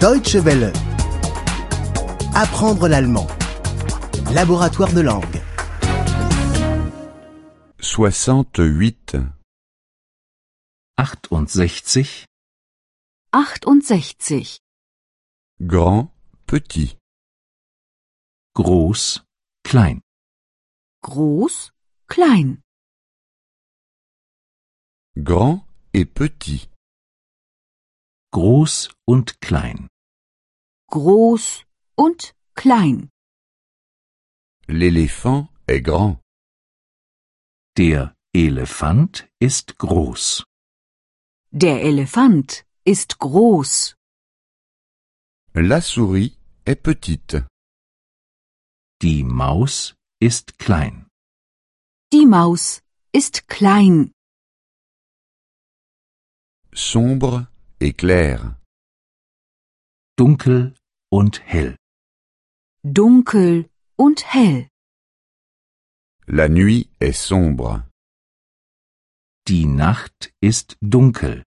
Deutsche Welle. Apprendre l'allemand. Laboratoire de langue. 68. 68 68. Grand, petit. groß, klein, Groß, klein. Grand et petit. groß und klein, Groß und klein. L'éléphant est grand. der Elefant ist groß, Der Elefant ist groß. La souris est petite. die Maus ist klein, Die Maus ist klein. Sombre et clair. dunkel und hell, Dunkel und hell. La nuit est sombre. die Nacht ist dunkel,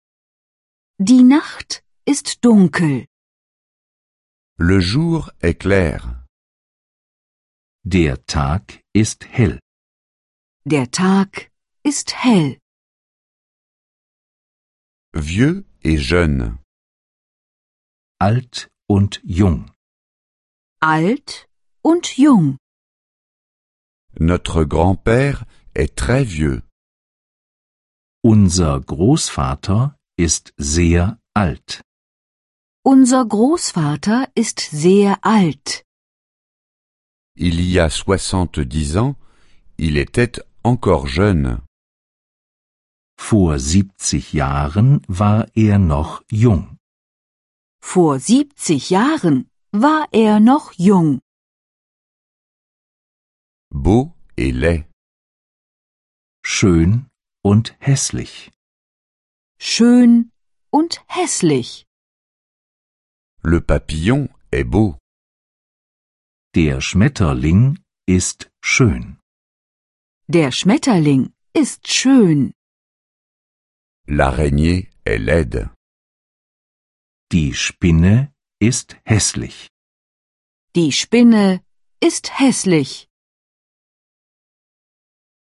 Die Nacht ist dunkel. Le jour est clair. der Tag ist hell, Der Tag ist hell. Vieux et jeune. alt und jung, Alt und jung. Notre grand-père est très vieux. unser Großvater ist sehr alt, Unser Großvater ist sehr alt. Il y a soixante-dix ans, il était encore jeune. vor 70 Jahren war er noch jung, Vor 70 Jahren war er noch jung. Beau et laid. schön und hässlich, Schön und hässlich. Le papillon est beau. der Schmetterling ist schön. Der Schmetterling ist schön. L'araignée est laide. Die Spinne ist hässlich. Die Spinne ist hässlich.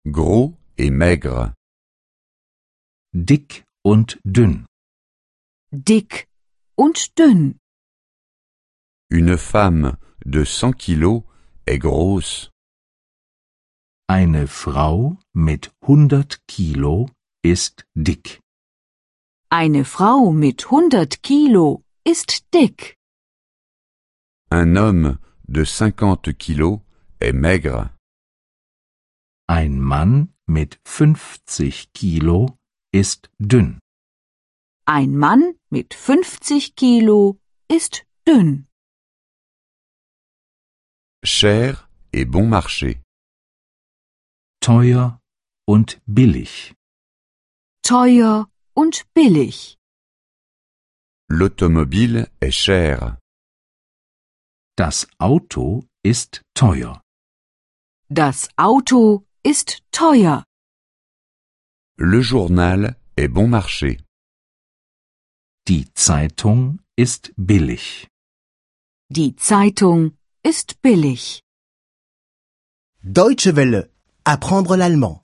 Gros et maigre. Dick und dünn. Dick und dünn. Une femme de 100 kilos est grosse. Eine Frau mit 100 Kilo ist dick. Eine Frau mit 100 Kilo ist dick. Un homme de 50 kilos est maigre. Ein Mann mit 50 Kilo ist dünn. Ein Mann mit 50 Kilo ist dünn. Cher et bon marché. Teuer und billig. Teuer und billig. L'automobile est chère. Das Auto ist teuer. Das Auto ist teuer. Le journal est bon marché. Die Zeitung ist billig. Die Zeitung ist billig. Deutsche Welle. Apprendre l'allemand.